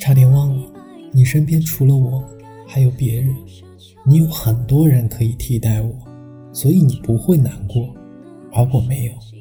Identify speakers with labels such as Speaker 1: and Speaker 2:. Speaker 1: 差点忘了，你身边除了我，还有别人。你有很多人可以替代我，所以你不会难过，而我没有。